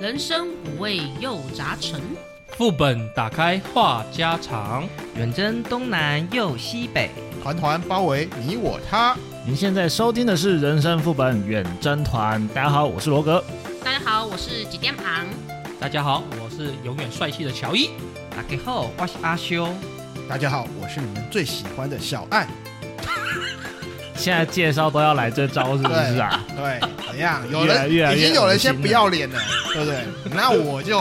人生五味又杂陈。副本打开话家常，远征东南又西北，团团包围你我他。您现在收听的是《人生副本远征团》，大家好，我是罗格。大家好，我是几点旁。大家好，我是永远帅气的乔伊。打给后我是阿 修，大家好，我是你们最喜欢的小爱。现在介绍都要来这招是不是啊？对，怎 样？有越来人越来已越经有人恶心先了不要脸了，对 不对？那我就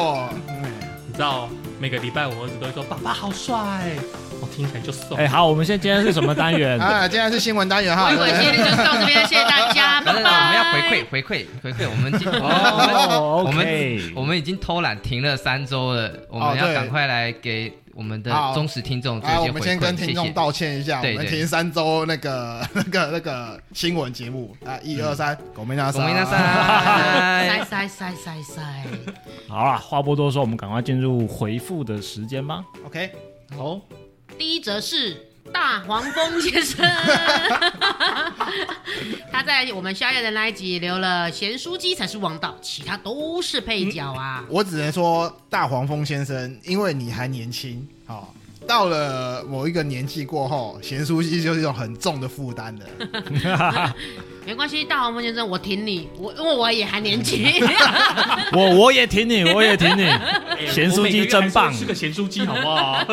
嗯你知道每个礼拜我儿子都会说爸爸好帅，我听起来就爽。 哎，好，我们现在今天是什么单 元？啊，今天是新闻单元哈。我一对不会对今天就到这边，谢谢大 家，但拜是拜。我们要回馈回馈回馈，我们今 哦我们，OK 我们已经偷懒停了三周了，我们哦要对赶快来给我们的好忠实听众做一啊，我些回们先跟馈，谢听众谢。道歉一下，我对们对停三周那个 那个那个新闻节目啊，一二三，嗯我们那我们那塞三，塞塞塞塞，好啦，话不多说，我们赶快进入回复的时间 吧。 ，OK，好，第一则是大黄蜂先生， 他在我们宵夜的那一集留了咸酥鸡才是王道，其他都是配角啊。我只能说大黄蜂先生，因为你还年轻，好、到了某一个年纪过后，咸酥鸡就是一种很重的负担了。没关系，大黄蜂先生，我挺你，我因为我也还年轻。 我我也挺你，我也挺你，咸酥鸡真棒哎是个咸酥鸡好不好？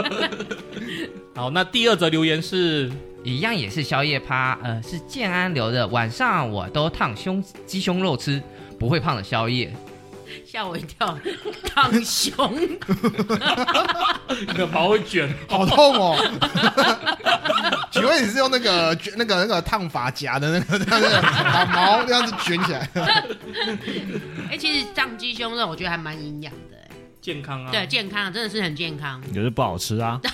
好，那第二则留言是一样也是宵夜趴，呃，是建安留的，晚上我都烫胸鸡胸肉吃，不会胖的宵夜。吓我一跳，烫胸，你的毛会卷，好痛哦！ 请问你是用那个卷那个那个烫发夹的那个那个把毛这样子卷起来？哎、其实烫鸡胸肉我觉得还蛮营养的、健康啊。对，，健康真的是很健康。可是不好吃啊。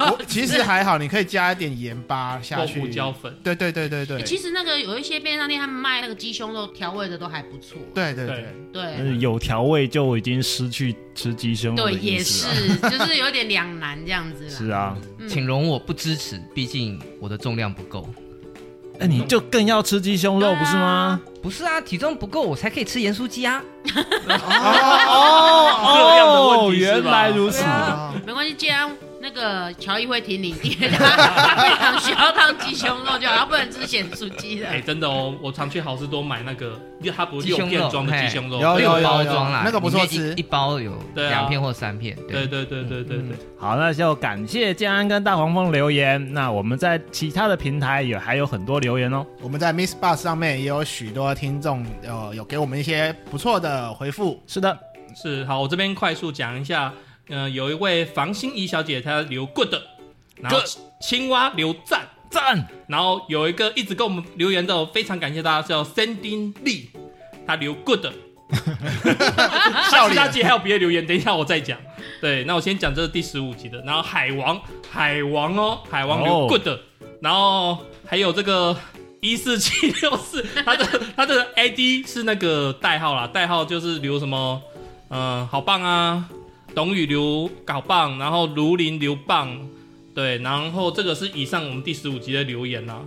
我其实还好，你可以加一点盐巴下豆去腐。胶粉。对对对对对哎其实那个有一些便利商店，他们卖那个鸡胸肉调味的都还不错。对对对对，，但对是有调味就已经失去吃鸡胸肉的对，也意思是了。，就是有点两难这样子啦。是啊，嗯请容我不支持，毕竟我的重量不够。哎，你就更要吃鸡胸肉不是吗？不是啊，体重不够我才可以吃盐酥鸡啊。哦 热量的问题是吧原来如此。啊没关系，既然那个乔伊会挺你，因为他他非常需要烫鸡胸肉就好，他不能吃咸酥鸡的哎、。真的哦，我常去好事多买那个，因为它不是鸡六胸片肉装的嘿鸡胸肉，有会哦有有包装啦，那个不错里面吃一一包有对啊两片或三片。对，对对对对对，好，那就感谢建安跟大黄蜂留言。那我们在其他的平台也还有很多留言哦。我们在 Miss Bus 上面也有许多听众呃有给我们一些不错的回复。是的，是好，我这边快速讲一下，呃，有一位房心怡小姐她留 good，然后 Good 青蛙留赞，赞，然后有一个一直跟我们留言的，非常感谢大家，叫 Sandy Lee，她留 good，笑但是她脸姐还有别的留言，等一下我再讲。对，那我先讲这是第十五集的，然后海王，海王哦，海王留哦 good，、然后还有这个一四七六四，他的他的 ID 是那个代号啦，代号就是留什么，嗯、好棒啊，董宇留搞棒，然后卢林留棒，对，然后这个是以上我们第十五集的留言啦。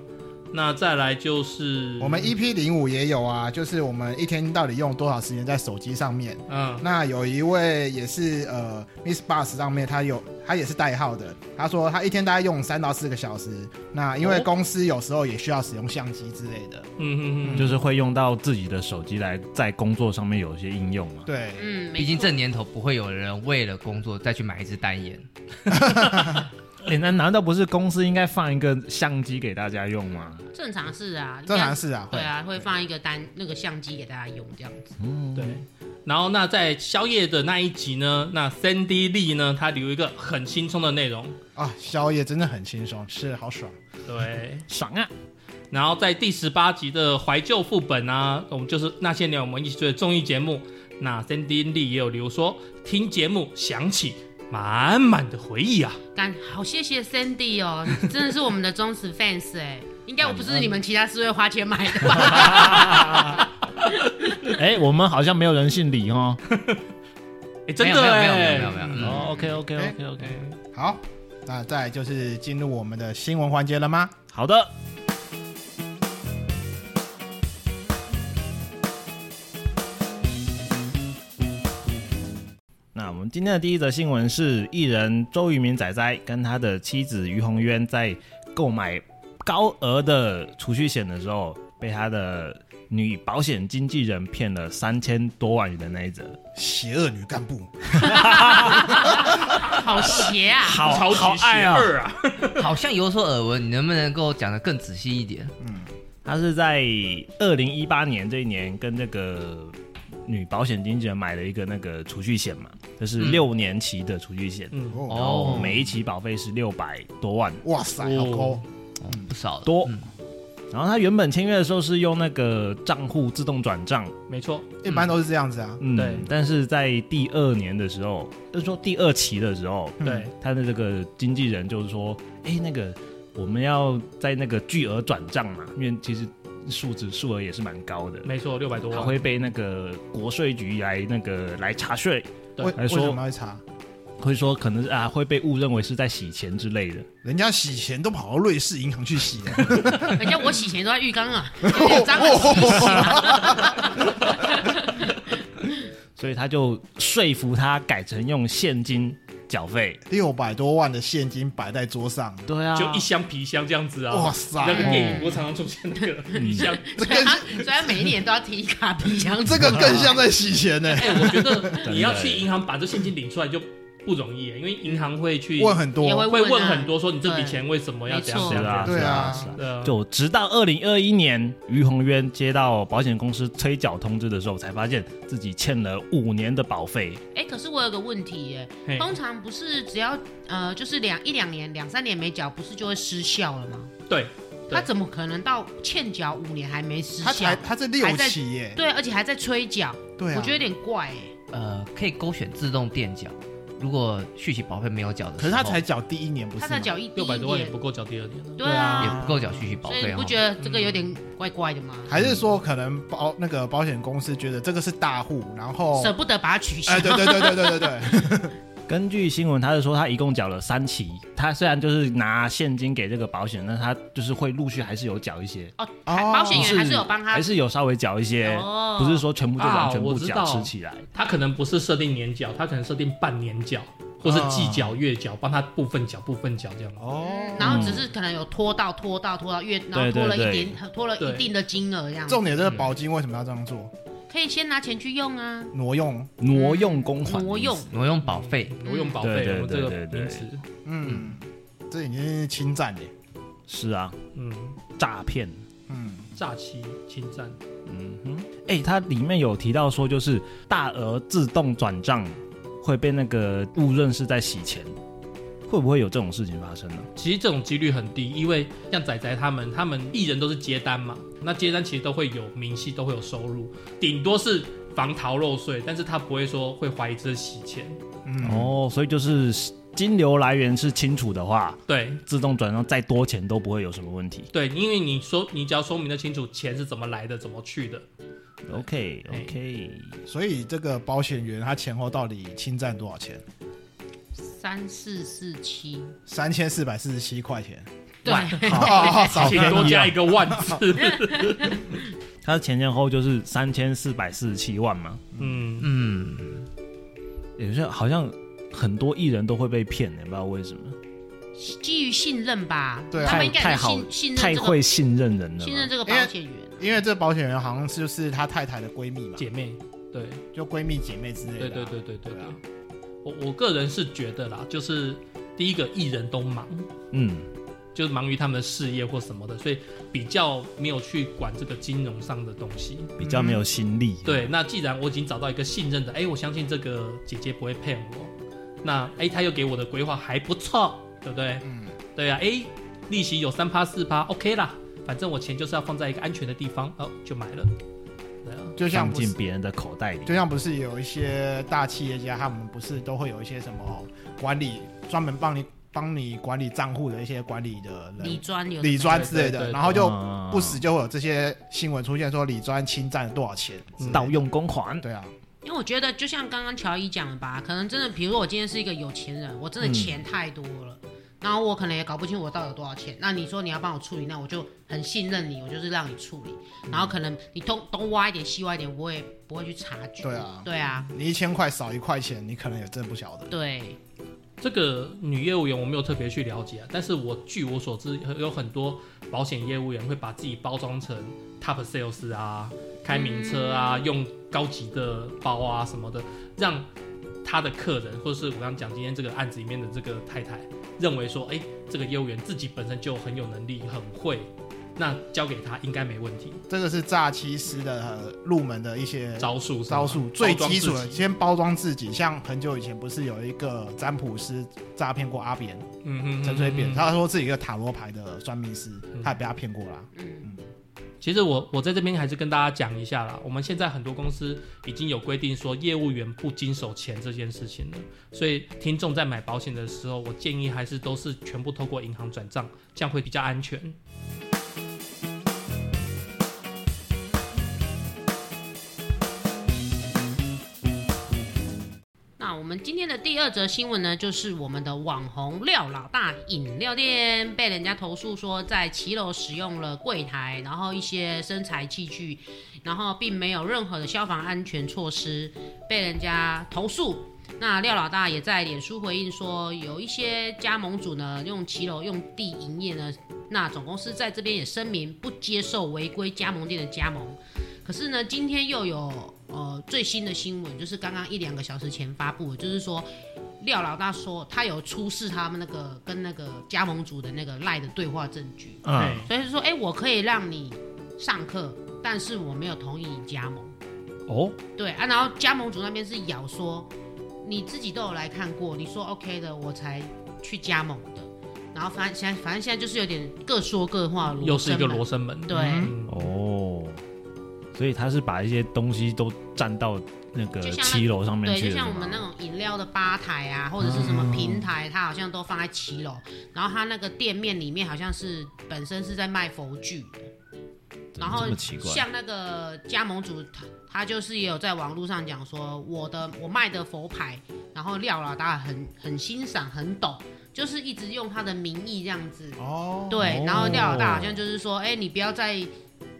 那再来就是我们 EP 零五也有啊，就是我们一天到底用多少时间在手机上面。嗯，那有一位也是呃，Miss Bus 上面他有他也是代号的，他说他一天大概用三到四个小时。那因为哦公司有时候也需要使用相机之类的，嗯嗯嗯，就是会用到自己的手机来在工作上面有一些应用嘛。对，嗯，没毕竟错这年头不会有人为了工作再去买一支单眼。哎、那难道不是公司应该放一个相机给大家用吗？正常是啊，正常是啊，对啊，会放一个单那个相机给大家用这样子。嗯对。嗯然后那在宵夜的那一集呢，那 Sandy Lee 呢，他留一个很轻松的内容，啊，宵夜真的很轻松，吃的好爽。对。爽啊！然后在第十八集的怀旧副本啊，我们就是那些年我们一起追的综艺节目。那 Sandy Lee 也有留说，听节目想起满满的回忆啊。感好谢谢 Sandy 哦， 真的是我们的忠实 fans 哎，应该我不是你们其他四位花钱买的吧？ 哎、我们好像没有人姓李哦。哎，真的没有没有没欸哎有没有没有没有。哦，OK OK OK OK，、好，那再来就是进入我们的新闻环节了吗？好的。今天的第一则新闻是艺人周渝民仔仔跟他的妻子于红渊在购买高额的储蓄险的时候，被他的女保险经纪人骗了三千多万元的那一则，邪恶女干部，好邪啊！好超级好爱邪啊！恶啊！嗯好像有所耳闻，你能不能够讲的更仔细一点？他是在二零一八年这一年跟那个女保险经纪人买了一个那个储蓄险嘛，就是嗯六年期的储蓄险，嗯，哦，哦，每一期保费是六百多万。哇塞，好高哦，哦不少了多嗯然后他原本签约的时候是用那个账户自动转账，没错，一般都是这样子啊。嗯，对但是在第二年的时候，就是说第二期的时候，嗯对，他的这个经纪人就是说，哎，那个我们要在那个巨额转账嘛，因为其实数值数额也是蛮高的，没错，六百多啊他万。会被那个国税局来那个来查税，对为还为说什么要查？会说可能是啊会被误认为是在洗钱之类的。人家洗钱都跑到瑞士银行去洗了，人家我洗钱都在浴缸 啊，有点脏哦 的洗一洗啊。所以他就说服他改成用现金缴费。六百多万的现金摆在桌上，对啊就一箱皮箱这样子啊！哇塞那个电影我常常出现那个一箱。这所以更他所以他每一年都要提卡皮 箱子。这个更像在洗钱呢、哎，我觉得 你要去银行把这现金领出来就不容易，因为银行会去问很也多，会问问啊很多，说你这笔对钱为什么要没这样错这是样这啊，样？对啊是啊。对啊，就直到二零二一年，于红渊接到保险公司催缴通知的时候，才发现自己欠了五年的保费。哎，可是我有个问题耶，嘿通常不是只要呃，就是两一两年、两三年没缴，不是就会失效了吗？对，他怎么可能到欠缴五年还没失他才效？他这六期耶、对，而且还在催缴，对啊，我觉得有点怪哎。呃，可以勾选自动垫缴。如果续期保费没有缴的时可候，是他才缴第一年，不是他吗才缴一六百多万也第一不年够缴第二年啊。对也啊，不够缴续期保所以费你不哦。觉得这个有点怪怪的吗？还是说可能保那个保险公司觉得这个是大户，然后舍不得把它取消嗯哎，，对对对对对对对，根据新闻，他是说他一共缴了三期，他虽然就是拿现金给这个保险，但他就是会陆续还是有缴一些，哦，哦还保险员还是有帮他还，是有稍微缴一些，哦不是说全部就完全啊不我知缴道吃起来。他可能不是设定年缴，他可能设定半年缴，或是季缴、月缴，帮他部分缴、部分缴这样。哦，然后只是可能有拖到拖到拖到越，然后对对拖了一对点，拖了对一定的金额这样，嗯重点这个保金为什么要这样做？可以先拿钱去用啊，挪用，挪用公款的嗯意思，挪用。挪用保费，挪用保费，对对我们这个对对对名词，嗯，这已经是侵占耶，是啊，嗯，诈骗。嗯，诈欺、侵占，嗯哼，哎、它里面有提到说，就是大额自动转账会被那个误认是在洗钱，会不会有这种事情发生呢？其实这种几率很低，因为像仔仔他们，他们艺人都是接单嘛，那接单其实都会有明细，都会有收入，顶多是防逃漏税，但是他不会说会怀疑这是洗钱。嗯，哦，所以就是金流来源是清楚的话，对自动转账再多钱都不会有什么问题。对，因为你说你只要说明的清楚钱是怎么来的、怎么去的， OK 哎 OK，所以这个保险员他前后到底侵占多少钱？三四四七，三千四百四十七块 钱，对，哦，少请多加一个万字。它前前后就是三千四百四十七万嘛，嗯，嗯，也是好像很多艺人都会被骗，也不知道为什么， 基于信任吧，对啊他们应该太也好信信任太这个会信任人了吧。信任这个保险员，因为这保险员好像是就是他太太的闺蜜嘛，姐妹，对就闺蜜姐妹之类的、对对对对对对啊对，我我个人是觉得啦，就是第一个艺人都忙，嗯，就是忙于他们的事业或什么的，所以比较没有去管这个金融上的东西。比较没有心力。对，那既然我已经找到一个信任的，哎，我相信这个姐姐不会骗我，那哎，她又给我的规划还不错，对不对？嗯，对啊，哎，利息有三趴四趴，OK 啦，反正我钱就是要放在一个安全的地方，哦，就买了。对啊，就像放不进是别人的口袋里。就像不是有一些大企业家，他们不是都会有一些什么管理专门帮你帮你管理账户的一些管理的哎理人。专有的理专之类对对的，对然后就啊不时就会有这些新闻出现，说理专侵占了多少钱之类的盗用公款。对啊，因为我觉得，就像刚刚乔伊讲的吧，可能真的，比如说我今天是一个有钱人，我真的钱太多了，然后我可能也搞不清我到底有多少钱。那你说你要帮我处理，那我就很信任你，我就是让你处理。嗯然后可能你东东挖一点西挖一点，我也不会去察觉。对啊对啊，你一千块少一块钱，你可能也真不晓得。对，这个女业务员我没有特别去了解啊，但是我据我所知，有很多保险业务员会把自己包装成 top sales 啊，开名车嗯啊，用高级的包啊什么的，让他的客人或是我刚刚讲今天这个案子里面的这个太太认为说，哎，这个业务员自己本身就很有能力，很会，那交给他应该没问题。这个是诈欺师的呃入门的一些招数是吗招数，最基础包装的，自己先包装自己。像很久以前不是有一个占卜师诈骗过阿扁嗯哼陈水嗯扁，哼他说自己一个塔罗牌的算命师，他也被他骗过啦。嗯，其实我我在这边还是跟大家讲一下啦，我们现在很多公司已经有规定说业务员不经手钱这件事情了，所以听众在买保险的时候，我建议还是都是全部透过银行转账，这样会比较安全。那我们今天的第二则新闻呢，就是我们的网红廖老大饮料店被人家投诉说在骑楼使用了柜台，然后一些身材器具，然后并没有任何的消防安全措施，被人家投诉。那廖老大也在脸书回应说，有一些加盟主呢用骑楼用地营业呢，那总公司在这边也声明不接受违规加盟店的加盟。可是呢，今天又有呃最新的新闻，就是刚刚一两个小时前发布的，就是说廖老大说他有出示他们那个跟那个加盟组的那个赖的对话证据，嗯，所以说，哎、我可以让你上课，但是我没有同意你加盟。哦，对啊，然后加盟组那边是咬说，你自己都有来看过，你说 OK 的，我才去加盟的。然后反现在反正现在就是有点各说各话，罗又是一个生门罗生门。对嗯哦，所以他是把一些东西都占到那个就像那七楼上面对，去就了嗯像我是吗们那种饮料的吧台啊，或者是什么平台，它好像都放在七楼。然后它那个店面里面好像是本身是在卖佛具的，怎然么后这么奇怪，像那个加盟主，他他就是也有在网络上讲说，我的我卖的佛牌，然后廖老大很很欣赏，很懂，就是一直用他的名义这样子。哦，对哦，然后廖老大好像就是说，哎、你不要再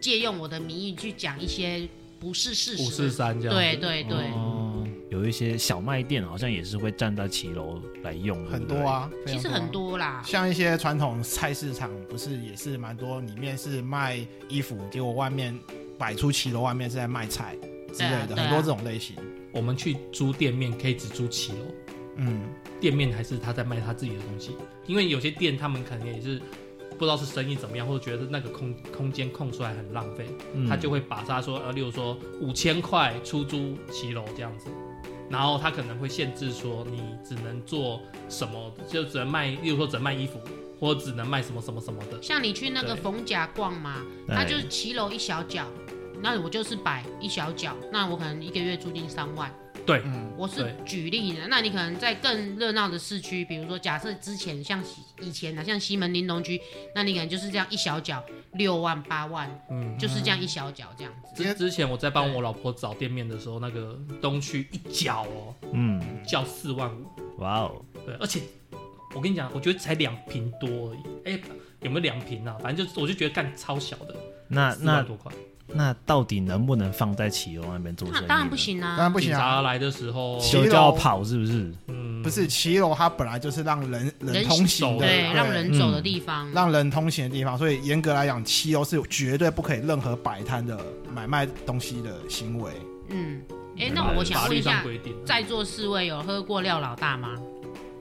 借用我的名义去讲一些不是事五实四的三这样。对对对，哦，有一些小卖店好像也是会站在骑楼来用，很多啊，非其常实啊很。多啦。像一些传统菜市场，不是也是蛮多，里面是卖衣服，结果外面摆出骑楼，外面是在卖菜之类对啊的，对啊很多这种类型。我们去租店面可以只租七楼，嗯，店面还是他在卖他自己的东西，因为有些店他们可能也是不知道是生意怎么样，或者觉得那个空空间空出来很浪费，嗯他就会把他说，呃，例如说五千块出租骑楼这样子，然后他可能会限制说你只能做什么，就只能卖，例如说只能卖衣服，或者只能卖什么什么什么的。像你去那个对逢甲逛嘛，对它就是骑楼一小角，那我就是摆一小角，那我可能一个月租金三万。对，嗯我是嗯对举例的，那你可能在更热闹的市区，比如说假设之前像西以前呢、啊，像西门玲珑区，那你可能就是这样一小角六万八万，嗯。就是这样一小角这样子。之之前我在帮我老婆找店面的时候，那个东区一角哦，嗯，叫四万五，哇哦，对，而且我跟你讲，我觉得才两瓶多而已，哎、有没有两瓶啊？反正就我就觉得干超小的，那四万那多块。那到底能不能放在骑楼那边做生那意？当然不，行啊，当然不警行啊，察来的时候，骑就楼就要跑是不是？嗯，不是骑楼，它本来就是让人人人通行走的的，对，让人走的嗯地方，让人通行的地方，所以严格来讲，七楼是绝对不可以任何摆摊的买卖东西的行为。嗯，哎，那法我想法问律一上下，规定啊的，在座四位有喝过廖老大吗？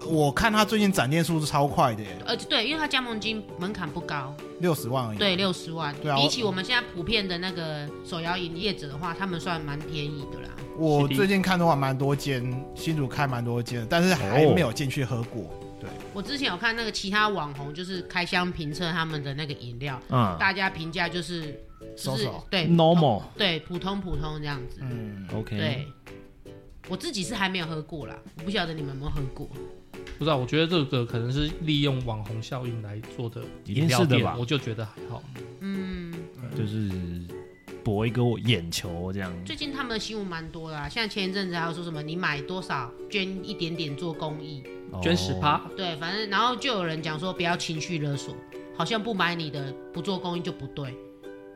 我看他最近展店速度超快的耶，呃，对，因为它加盟金门槛不高，六十万而已。对，六十万。哎对啊比我起我们现在普遍的那个手摇饮业者的话，他们算蛮便宜的啦。我是的最近看的话，蛮多间新竹开蛮多间的，但是还没有进去喝过。我之前有看那个其他网红，就是开箱评测他们的那个饮料，嗯大家评价就是就是啊收手对普通，normal，对普通普通这样子。嗯， OK，对，我自己是还没有喝过啦，我不晓得你们有没有喝过。不知道，我觉得这个可能是利用网红效应来做的一定饮料是的店吧我就觉得还好。嗯，就是博一个眼球这样。最近他们的新闻蛮多的、啊，像前一阵子还有说什么你买多少捐一点点做公益，哦捐十趴，对，反正然后就有人讲说不要情绪勒索，好像不买你的不做公益就不对。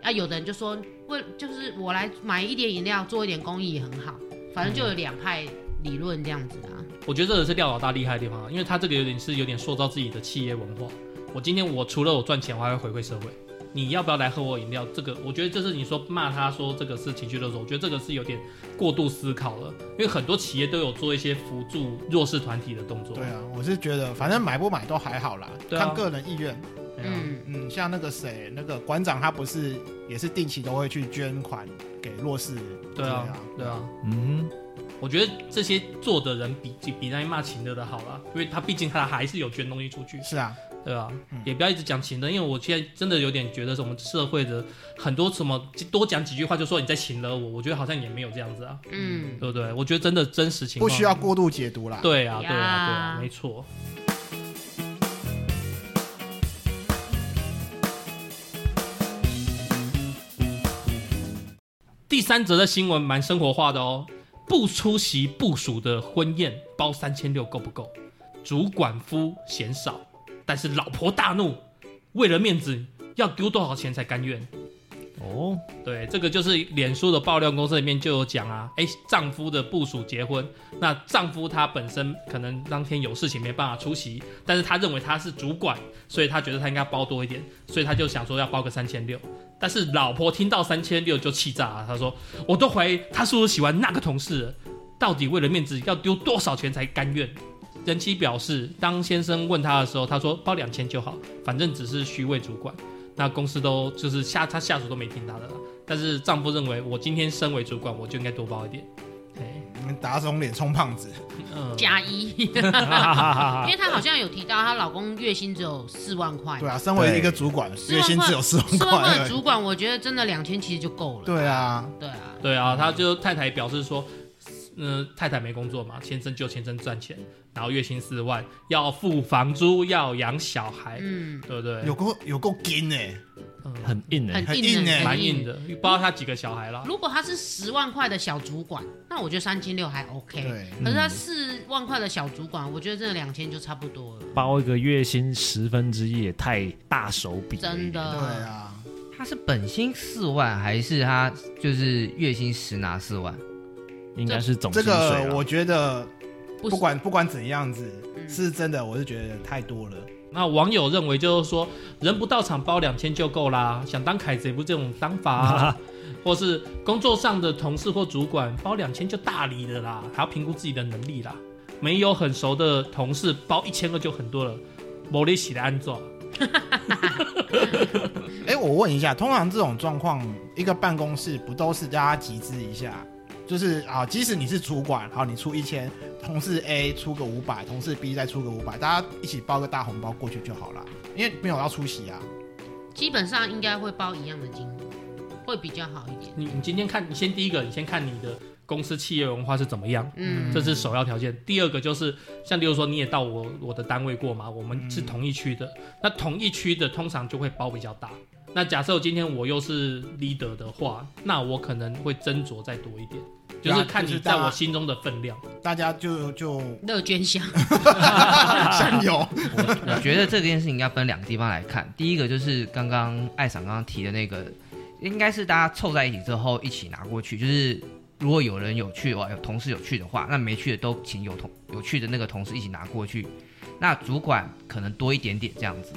啊，有的人就说为就是我来买一点饮料做一点公益也很好，反正就有两派理论这样子啊。我觉得这个是廖老大厉害的地方啊，因为他这个有点是有点塑造自己的企业文化。我今天我除了我赚钱，我还会回馈社会。你要不要来喝我饮料？这个我觉得这是你说骂他说这个是情绪勒索，我觉得这个是有点过度思考了，因为很多企业都有做一些辅助弱势团体的动作。对啊，我是觉得反正买不买都还好啦，对啊看个人意愿。哎呀，嗯，嗯，像那个谁，那个馆长他不是也是定期都会去捐款给弱势？对啊，对啊。嗯我觉得这些做的人比比比那些骂情的的好啦，因为他毕竟他还是有捐东西出去，是啊，对吧、嗯也不要一直讲情的，因为我现在真的有点觉得什么社会的很多什么多讲几句话就说你在情了我，我觉得好像也没有这样子啊，嗯， 对不对？我觉得真的真实情不况需要。过度解读啦。对啊，对啊，对呀啊，没错。第三则的新闻蛮生活化的哦，不出席部署的婚宴包三千六够不够？主管夫嫌少，但是老婆大怒，为了面子要丢多少钱才甘愿？哦，对，这个就是脸书的爆料公司里面就有讲啊，哎，丈夫的部属结婚，那丈夫他本身可能当天有事情没办法出席，但是他认为他是主管，所以他觉得他应该包多一点，所以他就想说要包个三千六。但是老婆听到三千六就气炸了，她说：“我都怀疑他是不是喜欢那个同事了，到底为了面子要丢多少钱才甘愿？”人妻表示，当先生问他的时候，他说包两千就好，反正只是虚位主管。那公司都就是下他下属都没听他的啦，但是丈夫认为我今天身为主管，我就应该多包一点。哎，你们打肿脸充胖子，嗯，加一，因哈哈哈哈为她好像有提到她老公月薪只有四万块，对啊，身为一个主管，四月万薪只有四万四块万块而的已。主管，我觉得真的两千其实就够了。对啊，对啊，对啊，他就太太表示说，嗯、太太没工作嘛，先生就先生赚钱，然后月薪四万，要付房租，要养小孩，嗯，对不对？有够有够劲哎！嗯，很硬哎、很很硬硬的欸蛮硬。的，不知道他几个小孩啦。如果他是十万块的小主管，那我觉得三千六还 OK。对，可是他四万块的小主管，我觉得这两千就差不多了，包一个月薪十分之一也太大手笔了，真的。对啊，他是本薪四万，还是他就是月薪实拿四万？应该是总这薪水啊啦个我觉得不不管不管怎样子，嗯是真的，我是觉得太多了。那网友认为就是说，人不到场包两千就够啦，想当凯子也不是这种当法、啊，或是工作上的同事或主管包两千就大礼的啦，还要评估自己的能力啦。没有很熟的同事包一千二就很多了，某力喜的安坐。哎，我问一下，通常这种状况，一个办公室不都是大家集资一下？就是啊，即使你是主管，好，你出一千，同事 A 出个五百，同事 B 再出个五百，大家一起包个大红包过去就好了，因为没有要出席啊。基本上应该会包一样的金额，会比较好一点。你你今天看，你先第一个，你先看你的公司企业文化是怎么样。嗯，这是首要条件。第二个就是，像例如说，你也到我我的单位过嘛，我们是嗯同一区的，那同一区的通常就会包比较大。那假设今天我又是 leader 的话，那我可能会斟酌再多一点，就对是啊看就你是在大家我心中的分 量。大家就 就乐捐箱， 山友，我觉得这件事情应该分两个地方来看。第一个就是刚刚艾赏刚刚提的那个，应该是大家凑在一起之后一起拿过去。就是如果有人有去的话，有同事有去的话，那没去的都请有同有去的那个同事一起拿过去。那主管可能多一点点这样子。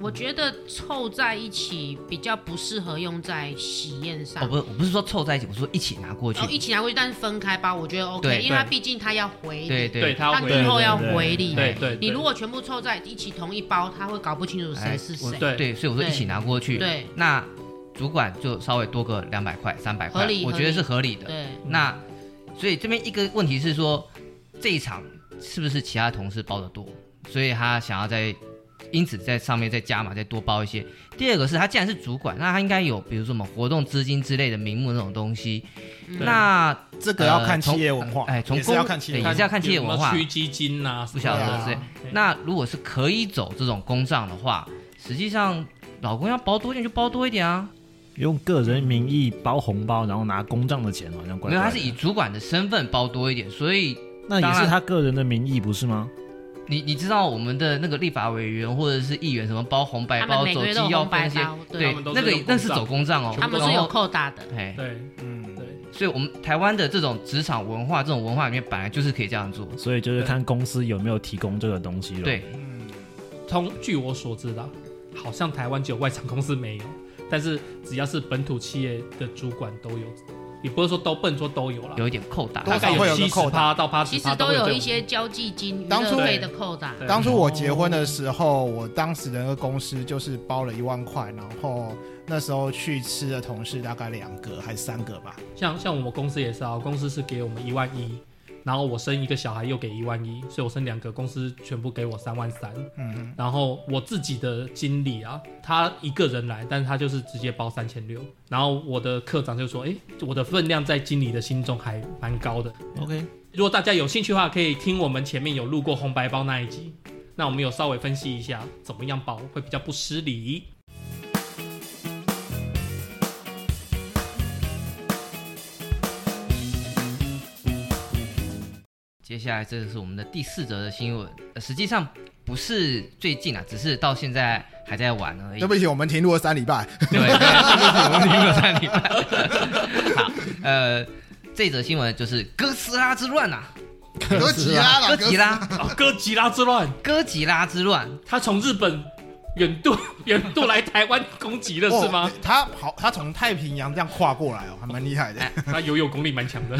我觉得凑在一起比较不适合用在喜宴上。哦，不是，我不是说凑在一起，我说一起拿过去哦，。一起拿过去，但是分开包，我觉得 OK，对因为他对毕竟他要回礼，对对，对，他他会最对后要对回礼。对对，你对如果全部凑在一起同一包，他会搞不清楚谁是谁。对对，所以哎我说一起拿过去。对那主管就稍微多个两百块、三百合块理，我觉得是合理的。对，嗯那所以这边一个问题是说，这一场是不是其他同事包的多，所以他想要在因此在上面再加码，再多包一些。第二个是他既然是主管，那他应该有比如说什么活动资金之类的名目那种东西。嗯那这个要呃看从企业文化，哎从也是公要看企业对文也化是。要看企业文化有没有区基金呐，不晓对得啊是、对那如果是可以走这种公账的话，实际上老公要包多一点就包多一点啊。用个人名义包红包，然后拿公账的钱，好像怪怪没有，的他是以主管的身份包多一点，所以那也是他个人的名义，不是吗？你你知道我们的那个立法委员或者是议员什么包红白他们包每走个月都机有要红白费那些包，对对他们，都是那个有那是公账走公账哦，他们是然有后扣打的，哎，对嗯，对，所以我们台湾的这种职场文化，这种文化里面本来就是可以这样做，啊所以就是看公司有没有提供这个东西了。对，嗯，通据我所知啦，好像台湾只有外商公司没有，但是只要是本土企业的主管都有，也不是说都笨，说都有啦，有一点扣打，多大少概会有有个七十扣打趴到八十其趴实都有这一种些交际金娱当初乐费的扣打。对当初我结婚的时候，我当时的那个公司就是包了一万块，然后那时候去吃的同事大概两个还是三个吧，像像我们公司也是啊，公司是给我们一万一，然后我生一个小孩又给一万一，所以我生两个，公司全部给我三万三。嗯，然后我自己的经理啊，他一个人来，但是他就是直接包三千六。然后我的科长就说：“哎，我的分量在经理的心中还蛮高的。 ，OK，” 如果大家有兴趣的话，可以听我们前面有录过红白包那一集，那我们有稍微分析一下怎么样包会比较不失礼。接下来这是我们的第四则的新闻，呃实际上不是最近啊，只是到现在还在玩而已。哎对不起，我们停录了三礼拜，对，我们停留在礼拜。 好，呃，这则新闻就是哥斯拉之乱啊，哥吉 拉哥啦，吉拉，啊，哥吉拉之乱，哥吉拉之乱，他从日本远渡远渡来台湾攻击了哥是吗哦？他好，他从太平洋这样跨过来哦，还蛮厉害的。他游泳功力蛮强的。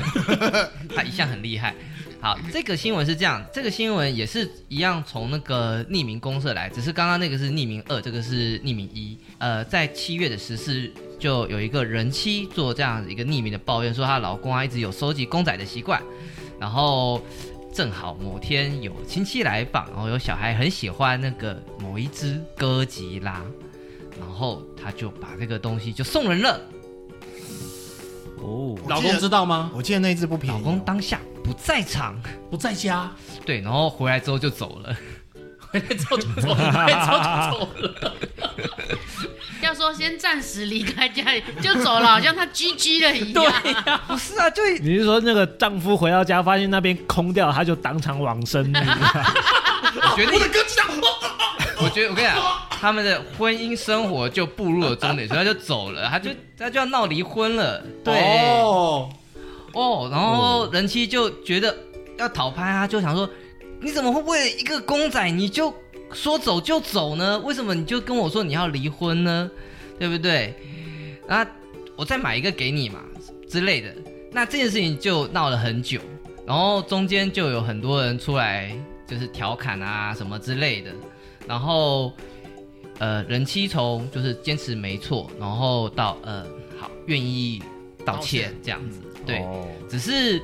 他一向很厉害。好，这个新闻是这样，这个新闻也是一样从那个匿名公社来，只是刚刚那个是匿名二，这个是匿名一。呃，在七月的十四日，就有一个人妻做这样一个匿名的抱怨，说她老公啊一直有收集公仔的习惯，然后正好某天有亲戚来访，然后有小孩很喜欢那个某一只哥吉拉，然后他就把这个东西就送人了，哦，老公知道吗？我记得那一只不便宜哦，老公当下不在场， 不在家，对，然后回来之后就走了。回来之后就走，回来之后就走了。要说先暂时离开家里就走了，好像他 GG 了一样。对呀、不是啊，就你是说那个丈夫回到家发现那边空掉，他就当场往生？啊我觉得你的歌 我觉得我跟你讲，他们的婚姻生活就步入了终点，所以他就走了，他就他就要闹离婚了。哦哦，然后人妻就觉得要讨拍啊，就想说你怎么会为了一个公仔你就说走就走呢？为什么你就跟我说你要离婚呢？对不对？那我再买一个给你嘛之类的。那这件事情就闹了很久，然后中间就有很多人出来就是调侃啊什么之类的，然后呃人妻从就是坚持没错，然后到呃好愿意道歉嗯这样子，对，哦只是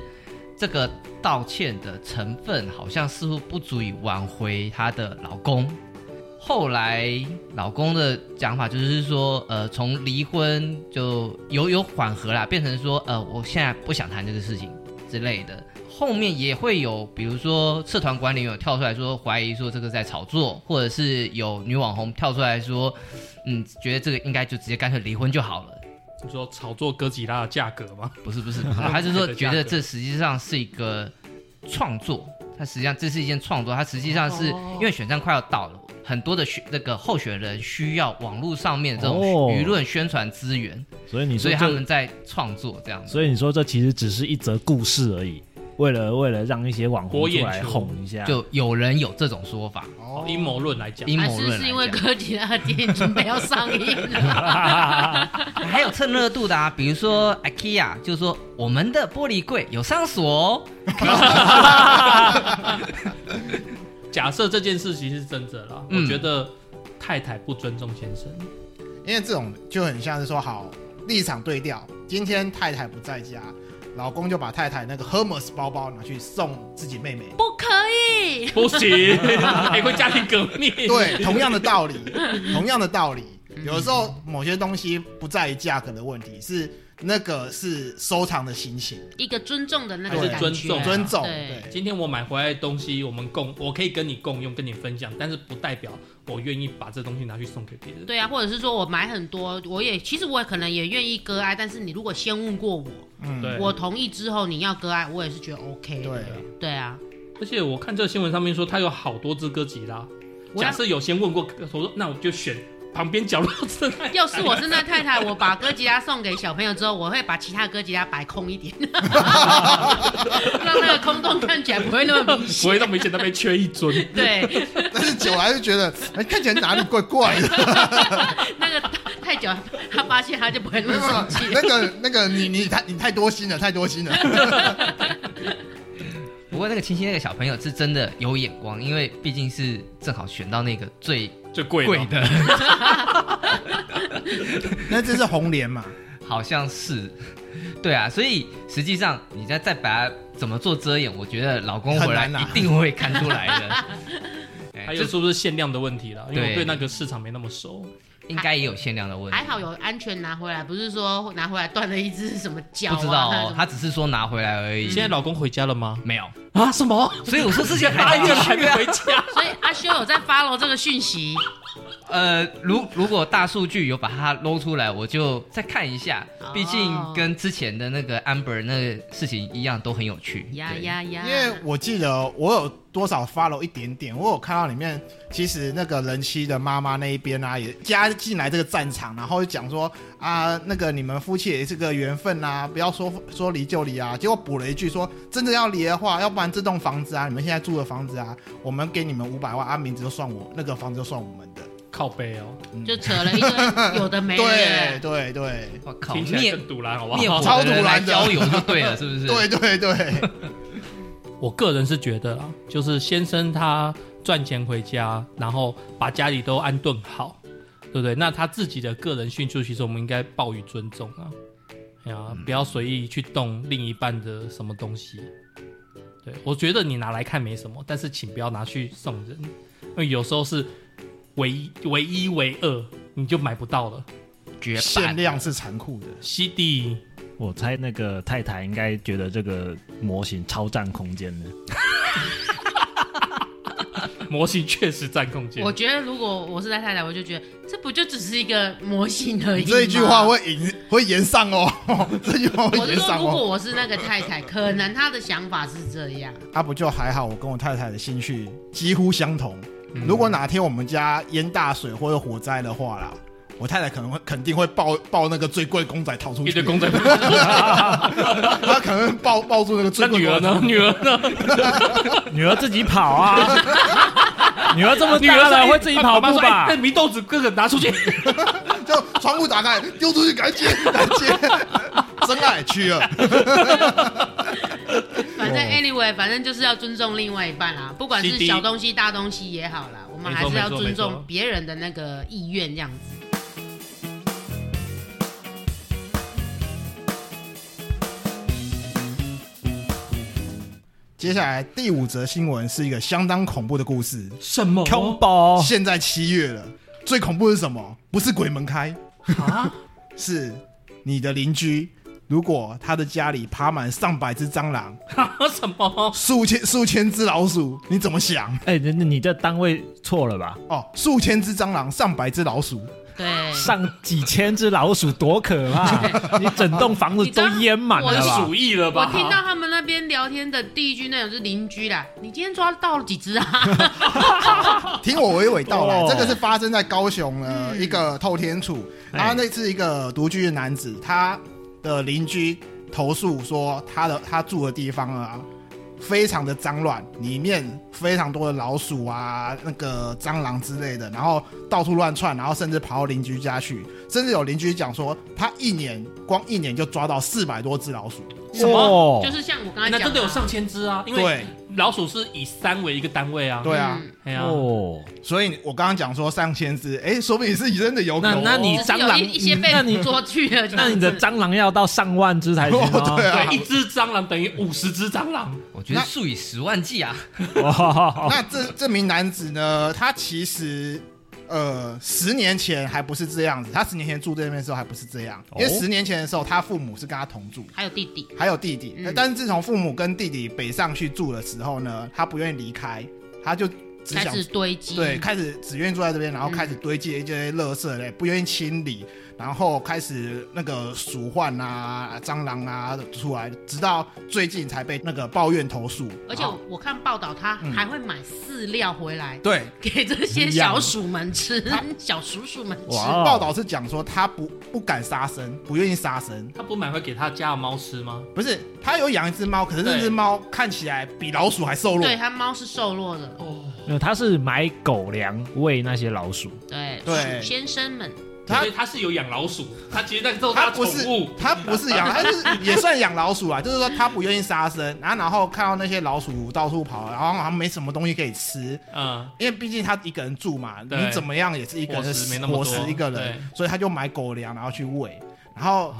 这个道歉的成分好像似乎不足以挽回她的老公。后来老公的讲法就是说，呃，从离婚就有有缓和啦，变成说，呃，我现在不想谈这个事情之类的。后面也会有，比如说社团管理有跳出来说怀疑说这个在炒作，或者是有女网红跳出来说，嗯，觉得这个应该就直接干脆离婚就好了。你说炒作哥吉拉的价格吗？不是不是，不是 他是说觉得这实际上是一个创作，它实际上这是一件创作，它实际上是哦因为选战快要到了，很多的选那个候选人需要网络上面这种哦舆论宣传资源， 所以你所说以他这，们在创作这样子。所以你说这其实只是一则故事而已，为了为了让一些网红博出眼来球哄一下，就有人有这种说法，哦阴谋论来讲， 阴还谋论是来是因为讲哥吉拉的电影准备要上映 了？还有蹭热度的啊，比如说 IKEA 就说我们的玻璃柜有上锁哦，假设这件事情是真的啦，嗯我觉得太太不尊重先生，因为这种就很像是说好立场对调，今天太太不在家，老公就把太太那个 Hermes 包包拿去送自己妹妹。不可以，不行，还会家庭革命。对，同样的道理，同样的道理，有的时候某些东西不在于价格的问题，是那个是收藏的心情，一个尊重的那个还是感尊觉啊重尊重。对对，今天我买回来的东西，我们共，我可以跟你共用，跟你分享，但是不代表我愿意把这东西拿去送给别人。对啊，或者是说我买很多，我也其实我可能也愿意割爱，但是你如果先问过我，嗯对我同意之后你要割爱，我也是觉得 OK 的。对对啊，而且我看这新闻上面说，他有好多只哥吉拉。我假要设有先问过，我说那我就选旁边角落这那一要是我是那太太，我把哥吉拉送给小朋友之后，我会把其他哥吉拉摆空一 点，让那个空洞看起来不会那么明不会显。那么明显，那边缺一尊。 对，但是久来就觉得，哎，看起来哪里怪怪的。那个太久了，他发现他就不会那没有么 生 气。那个那个，你你太你太多心了，太多心了。不过那个清新那个小朋友是真的有眼光，因为毕竟是正好选到那个最最贵贵的，的，那这是红莲嘛？好像是。 对啊，所以实际上你再再把它怎么做遮掩，我觉得老公回来很难啊一定会看出来的。哎还有这是不是限量的问题啦？因为我对对那个市场没那么熟。应该也有限量的问题还，好有安全拿回来，不是说拿回来断了一只什么脚不啊？知道哦，还他只是说拿回来而已嗯现，在老公回家了吗？没有。啊，什么？所以我说这些 八还月继还续没啊。回家？ 是什么所以阿修有在 follow 这个讯 息，呃，如如果大数据有把它搂出来，我就再看一下哦，毕竟跟之前的那个 Amber 那个事情一样，都很有趣。呀对，呀因呀！为我记得我有多少 follow 一点点，我有看到里面其实那个人妻的妈妈那一边啊，也加进来这个战场，然后就讲说啊，那个你们夫妻也是个缘分啊，不要说说离就离啊。结果补了一句说，真的要离的话，要不然这栋房子啊，你们现在住的房子啊，我们给你们五百万，啊，名字就算我那个房子就算我们的。靠背哦，就扯了一堆有的没对的，对对我靠，听起来灭更堵然，好不灭好？火超的人突来然的交友就对了，是不是？ 对对对，我个人是觉得啦，就是先生他赚钱回家，然后把家里都安顿好，对不对？那他自己的个人兴趣，其实我们应该报以尊重啊，哎呀、不要随意去动另一半的什么东西。对我觉得你拿来看没什么，但是请不要拿去送人，因为有时候是唯一、唯一、唯二，你就买不到了。绝限版。量是残酷的。西地我猜那个太太应该觉得这个模型超占空间的，模型确实占空间我，觉得如果我是在太太，我就觉得这不就只是一个模型而已你吗。这一句话会引会延上哦，这句话会我是延说，上如果哦。我是那个太太，可能她的想法是这样。啊，不就还好，我跟我太太的兴趣几乎相同。嗯如果哪天我们家淹大水或者火灾的话啦，我太太可能会肯定会抱抱那个最贵公仔逃出一去堆，公仔包。她可能抱抱住那个那最贵女儿公仔。呢？女儿呢？女儿自己跑 啊，女儿这么女大儿来了会自己跑步吧那？迷豆子哥哥拿出去，就窗户打开，丢出去，赶紧赶紧， 真爱去了。反正哦 anyway，反正就是要尊重另外一半啦，不管 CD 是小东西、大东西也好啦，我们没还错是要没错尊没重错别人的那个意愿，这样子。接下来第五则新闻是一个相当恐怖的故事。什么恐哦怖现在七月了，最恐怖的是什么？不是鬼门开，啊？ 是你的邻居，如果他的家里爬满上百只蟑螂、什么？数千数千只老鼠，你怎么想？哎，那那你这单位错了吧？哦，数千只蟑螂、上百只老 鼠，对，上几千只老鼠多可 怕！你整栋房子都淹满了你知道吧鼠？疫了我吧？听到他们那边聊天的第一句那种是邻居啦，你今天抓到了几只啊？听我娓娓道来，哦嗯这个是发生在高雄呢一个透天处，哎然后那是一个独居的男子，他的邻居投诉说他的他住的地方啊。非常的脏乱，里面非常多的老鼠啊，那个蟑螂之类的，然后到处乱窜，然后甚至跑到邻居家去，甚至有邻居讲说，他一年光一年就抓到四百多只老鼠，什么？哦就是像我刚才那讲的啊，真的有上千只啊，因为对老鼠是以三为一个单位啊。对啊，嗯哎呀，哦，所以我刚刚讲说上千只，哎，说不定是真的有哦可那能。那你哦只是蟑有螂一一些，被那你捉去了，那你的这样子蟑螂要到上万只才行哦，对 哦。啊对，一，只蟑螂等于五十只蟑螂，我觉得那数以十万计啊， 哇那这这名男子呢，他其实呃十年前还不是这样子，他十年前住这边的时候还不是这样，因为哦十年前的时候他父母是跟他同住。还有弟弟，还有弟弟，嗯但是自从父母跟弟弟北上去住的时候呢，他不愿意离开，他就只开想始堆积，对，嗯开始只愿意坐在这边，然后开始堆积一些垃圾嘞，不愿意清理，然后开始那个鼠患啊、蟑螂啊出来，直到最近才被那个抱怨投诉。哦而且然后我我看报道，他还会买饲料回来、对，给这些小鼠们吃， 小鼠鼠们吃。哇哦报道是讲说他不不敢杀生，不愿意杀生，他不买会给他家的猫吃吗？不是他有养一只猫，可是那对只猫看起来比老鼠还瘦弱。对，它猫是瘦弱的，哦，没有，他是买狗粮喂那些老鼠，对，对鼠先生们，他所以他是有养老鼠，他其实那时候他他不宠是物，他不是养，他是也算养老鼠啊，就是说他不愿意杀生，然后然后看到那些老鼠到处跑，然后好像没什么东西可以吃，嗯，因为毕竟他一个人住嘛，对你怎么样也是一个人伙食没那么多伙食一个人，所以他就买狗粮然后去喂，然后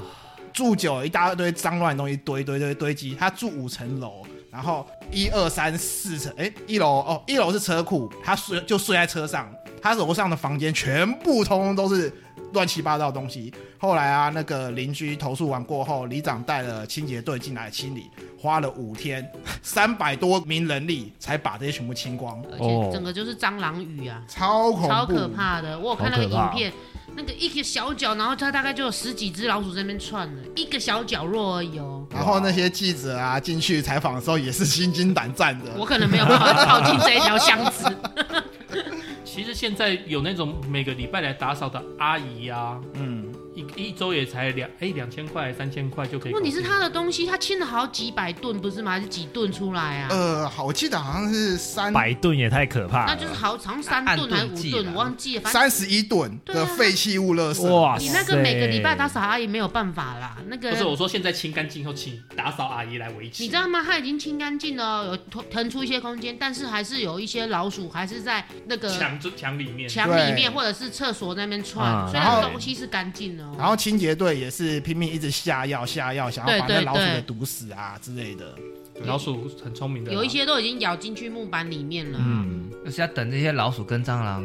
住久了一大堆脏乱的东西堆堆堆堆积，他住五层楼。然后一二三四层，哎，一楼哦，一楼是车库，他睡就睡在车上，他楼上的房间全部通通都是乱七八糟的东西。后来啊，那个邻居投诉完过后，里长带了清洁队进来清理，花了五天，三百多名人力才把这些全部清光。而哦且整个就是蟑螂雨啊，超恐怖，超可怕的。我有看那个好可怕影片，那个一个小角，然后它大概就有十几只老鼠在那边窜了，一个小角落而已哦。然后那些记者啊进去采访的时候也是心惊胆战的。我可能没有办法靠近这一条巷子，其实现在有那种每个礼拜来打扫的阿姨啊，嗯，一一周也才两哎两千块三千块就可以搞问定。题是他的东西，他清了好几百吨，不是吗？还是几吨出来啊？呃，好，我记得好像是三百吨也太可怕嗯那了，就是好长三按吨还是吨五计吨，啦我忘记了。反正三十一吨的啊废弃物垃圾。哇塞，你那个每个礼拜打扫阿姨没有办法啦，那个不是我说现在清干净后，请打扫阿姨来维持。你知道吗？它已经清干净了，有腾腾出一些空间，但是还是有一些老鼠还是在那个墙就墙里面，墙里面对或者是厕所那边窜，啊虽然然后东西是干净的然哦。后清洁队也是拼命一直下药下药，想要把对那对老鼠对给毒死啊之类的。老鼠很聪明的啦， 有一些都已经咬进去木板里面了，嗯，就是要等这些老鼠跟蟑螂。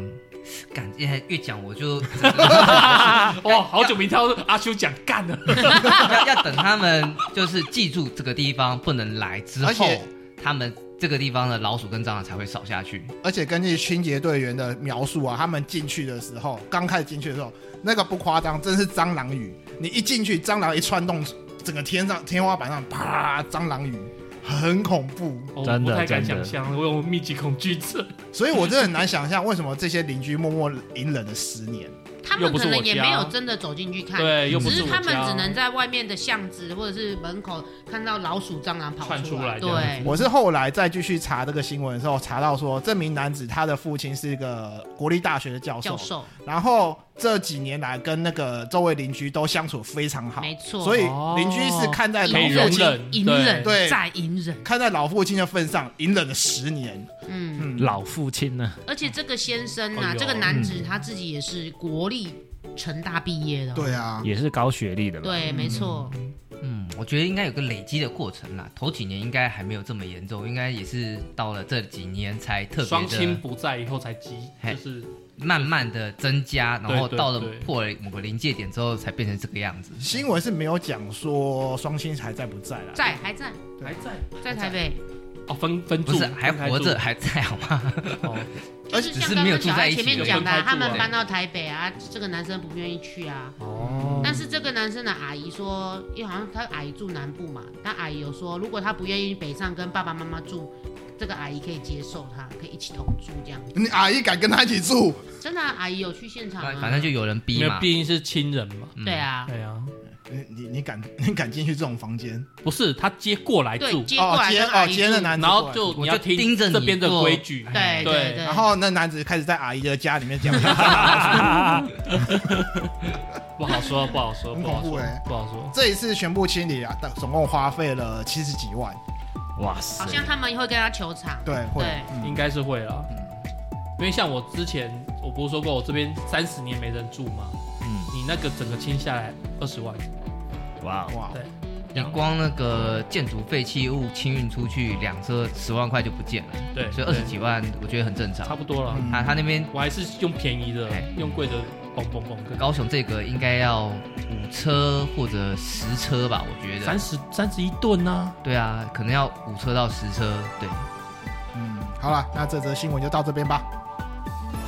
感越越讲我 就 哇，好久没听到阿修讲干了，要要等他们就是记住这个地方不能来之而且后，他们这个地方的老鼠跟蟑螂才会少下去。而且根据清洁队员的描述啊，他们进去的时候，刚开始进去的时候，那个不夸张，真是蟑螂雨。你一进去，蟑螂一窜动，整个天上天花板上啪，蟑螂雨，很恐怖。哦我真不的太敢真想的象，我有密集恐惧症。所以我真的很难想象为什么这些邻居默默隐忍了十年。他又们不可是能我也家没有真的走进去看，对，啊又不只是我他们家只能在外面的巷子或者是门口看到老鼠、蟑螂跑窜出来。来这对样，我是后来再继续查这个新闻的时候，查到说这名男子他的父亲是一个国立大学的教授，教授然后这几年来跟那个周围邻居都相处非常好，没错哦所以邻居是看在可老以容父亲忍隐对忍对再隐忍，看在老父亲的份上，隐忍了十年。嗯。嗯，老父亲呢，而且这个先生啊，哎呦这个男子他自己也是国立成大毕业的哦、对啊，也是高学历的吧？对，没错，嗯，我觉得应该有个累积的过程啦。头几年应该还没有这么严重，应该也是到了这几年才特双别亲的不在以后才急，嘿就是慢慢的增加，然后对对到了对破了某个临界点之后才变成这个样子。新闻是没有讲说双亲还在不在啦，在还在还在在台北，哦，分分住不是还活着，还在好 吗？哦就而是且像只是刚没有刚住小在爱一起前面有讲的啊，分开他住们哎搬到台北啊，这个男生不愿意去啊。哦但是这个男生的阿姨说，因为好像他阿姨住南部嘛，但阿姨有说，如果他不愿意北上跟爸爸妈妈住，这个阿姨可以接受他，可以一起同住这样。你阿姨敢跟他一起住，真的啊、阿姨有去现场啊，反正就有人因逼为嘛。毕竟是亲人嘛，嗯对，啊，对啊，你你你敢你敢进去这种房间？不是他接过来对，住，接过哦，来接跟阿哦姨接住那男子然后过来就我你要就盯着你这边的做规矩，对对对对，然后那男子开始在阿姨的家里面讲， 不好说，不好说，很不恐好怖说欸，不好说。这一次全部清理啊，但总共花费了七十几万， 哇塞好，像他们会跟他求偿。啊对，会嗯对应该是会嗯啦。因为像我之前，我不是说过我这边三十年没人住吗？嗯，你那个整个清下来二十万，哇哦，哇，对你光那个建筑废弃物清运出去，两车十万块就不见了，对，所以二十几万我觉得很正对差常。不多了。嗯他他那边我还是用便宜的哎，用贵的，嘣嘣嘣，高雄这个应该要五车或者十车吧，我觉三得。 啊十三十一吨呢。对啊，可能要五车到十车，对，嗯，好了，那这则新闻就到这边吧。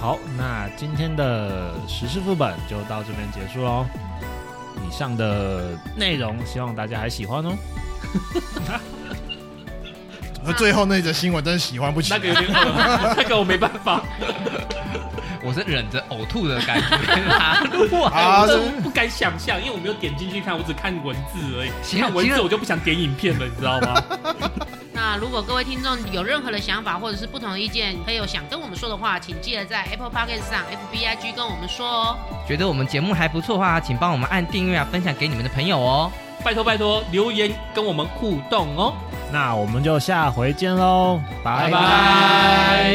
好，那今天的时事副本就到这边结束喽。以上的内容希望大家还喜欢哦。最后那则新闻真是喜欢不起那个有点恶，那个我没办 法，我是忍着呕吐的感觉 啦，录完好我 这真的不敢想象，因为我没有点进去看，我只看文字而已。行啊看文行字啊我就不想点影片了，你知 道吗？那如果各位听众有任何的想法或者是不同的意见，还有想跟我们说的话，请记得在 Apple Podcast 上 FBIG 跟我们说哦。觉得我们节目还不错的话，请帮我们按订阅啊，分享给你们的朋友哦。拜托拜托，留言跟我们互动哦，那我们就下回见喽，拜拜拜。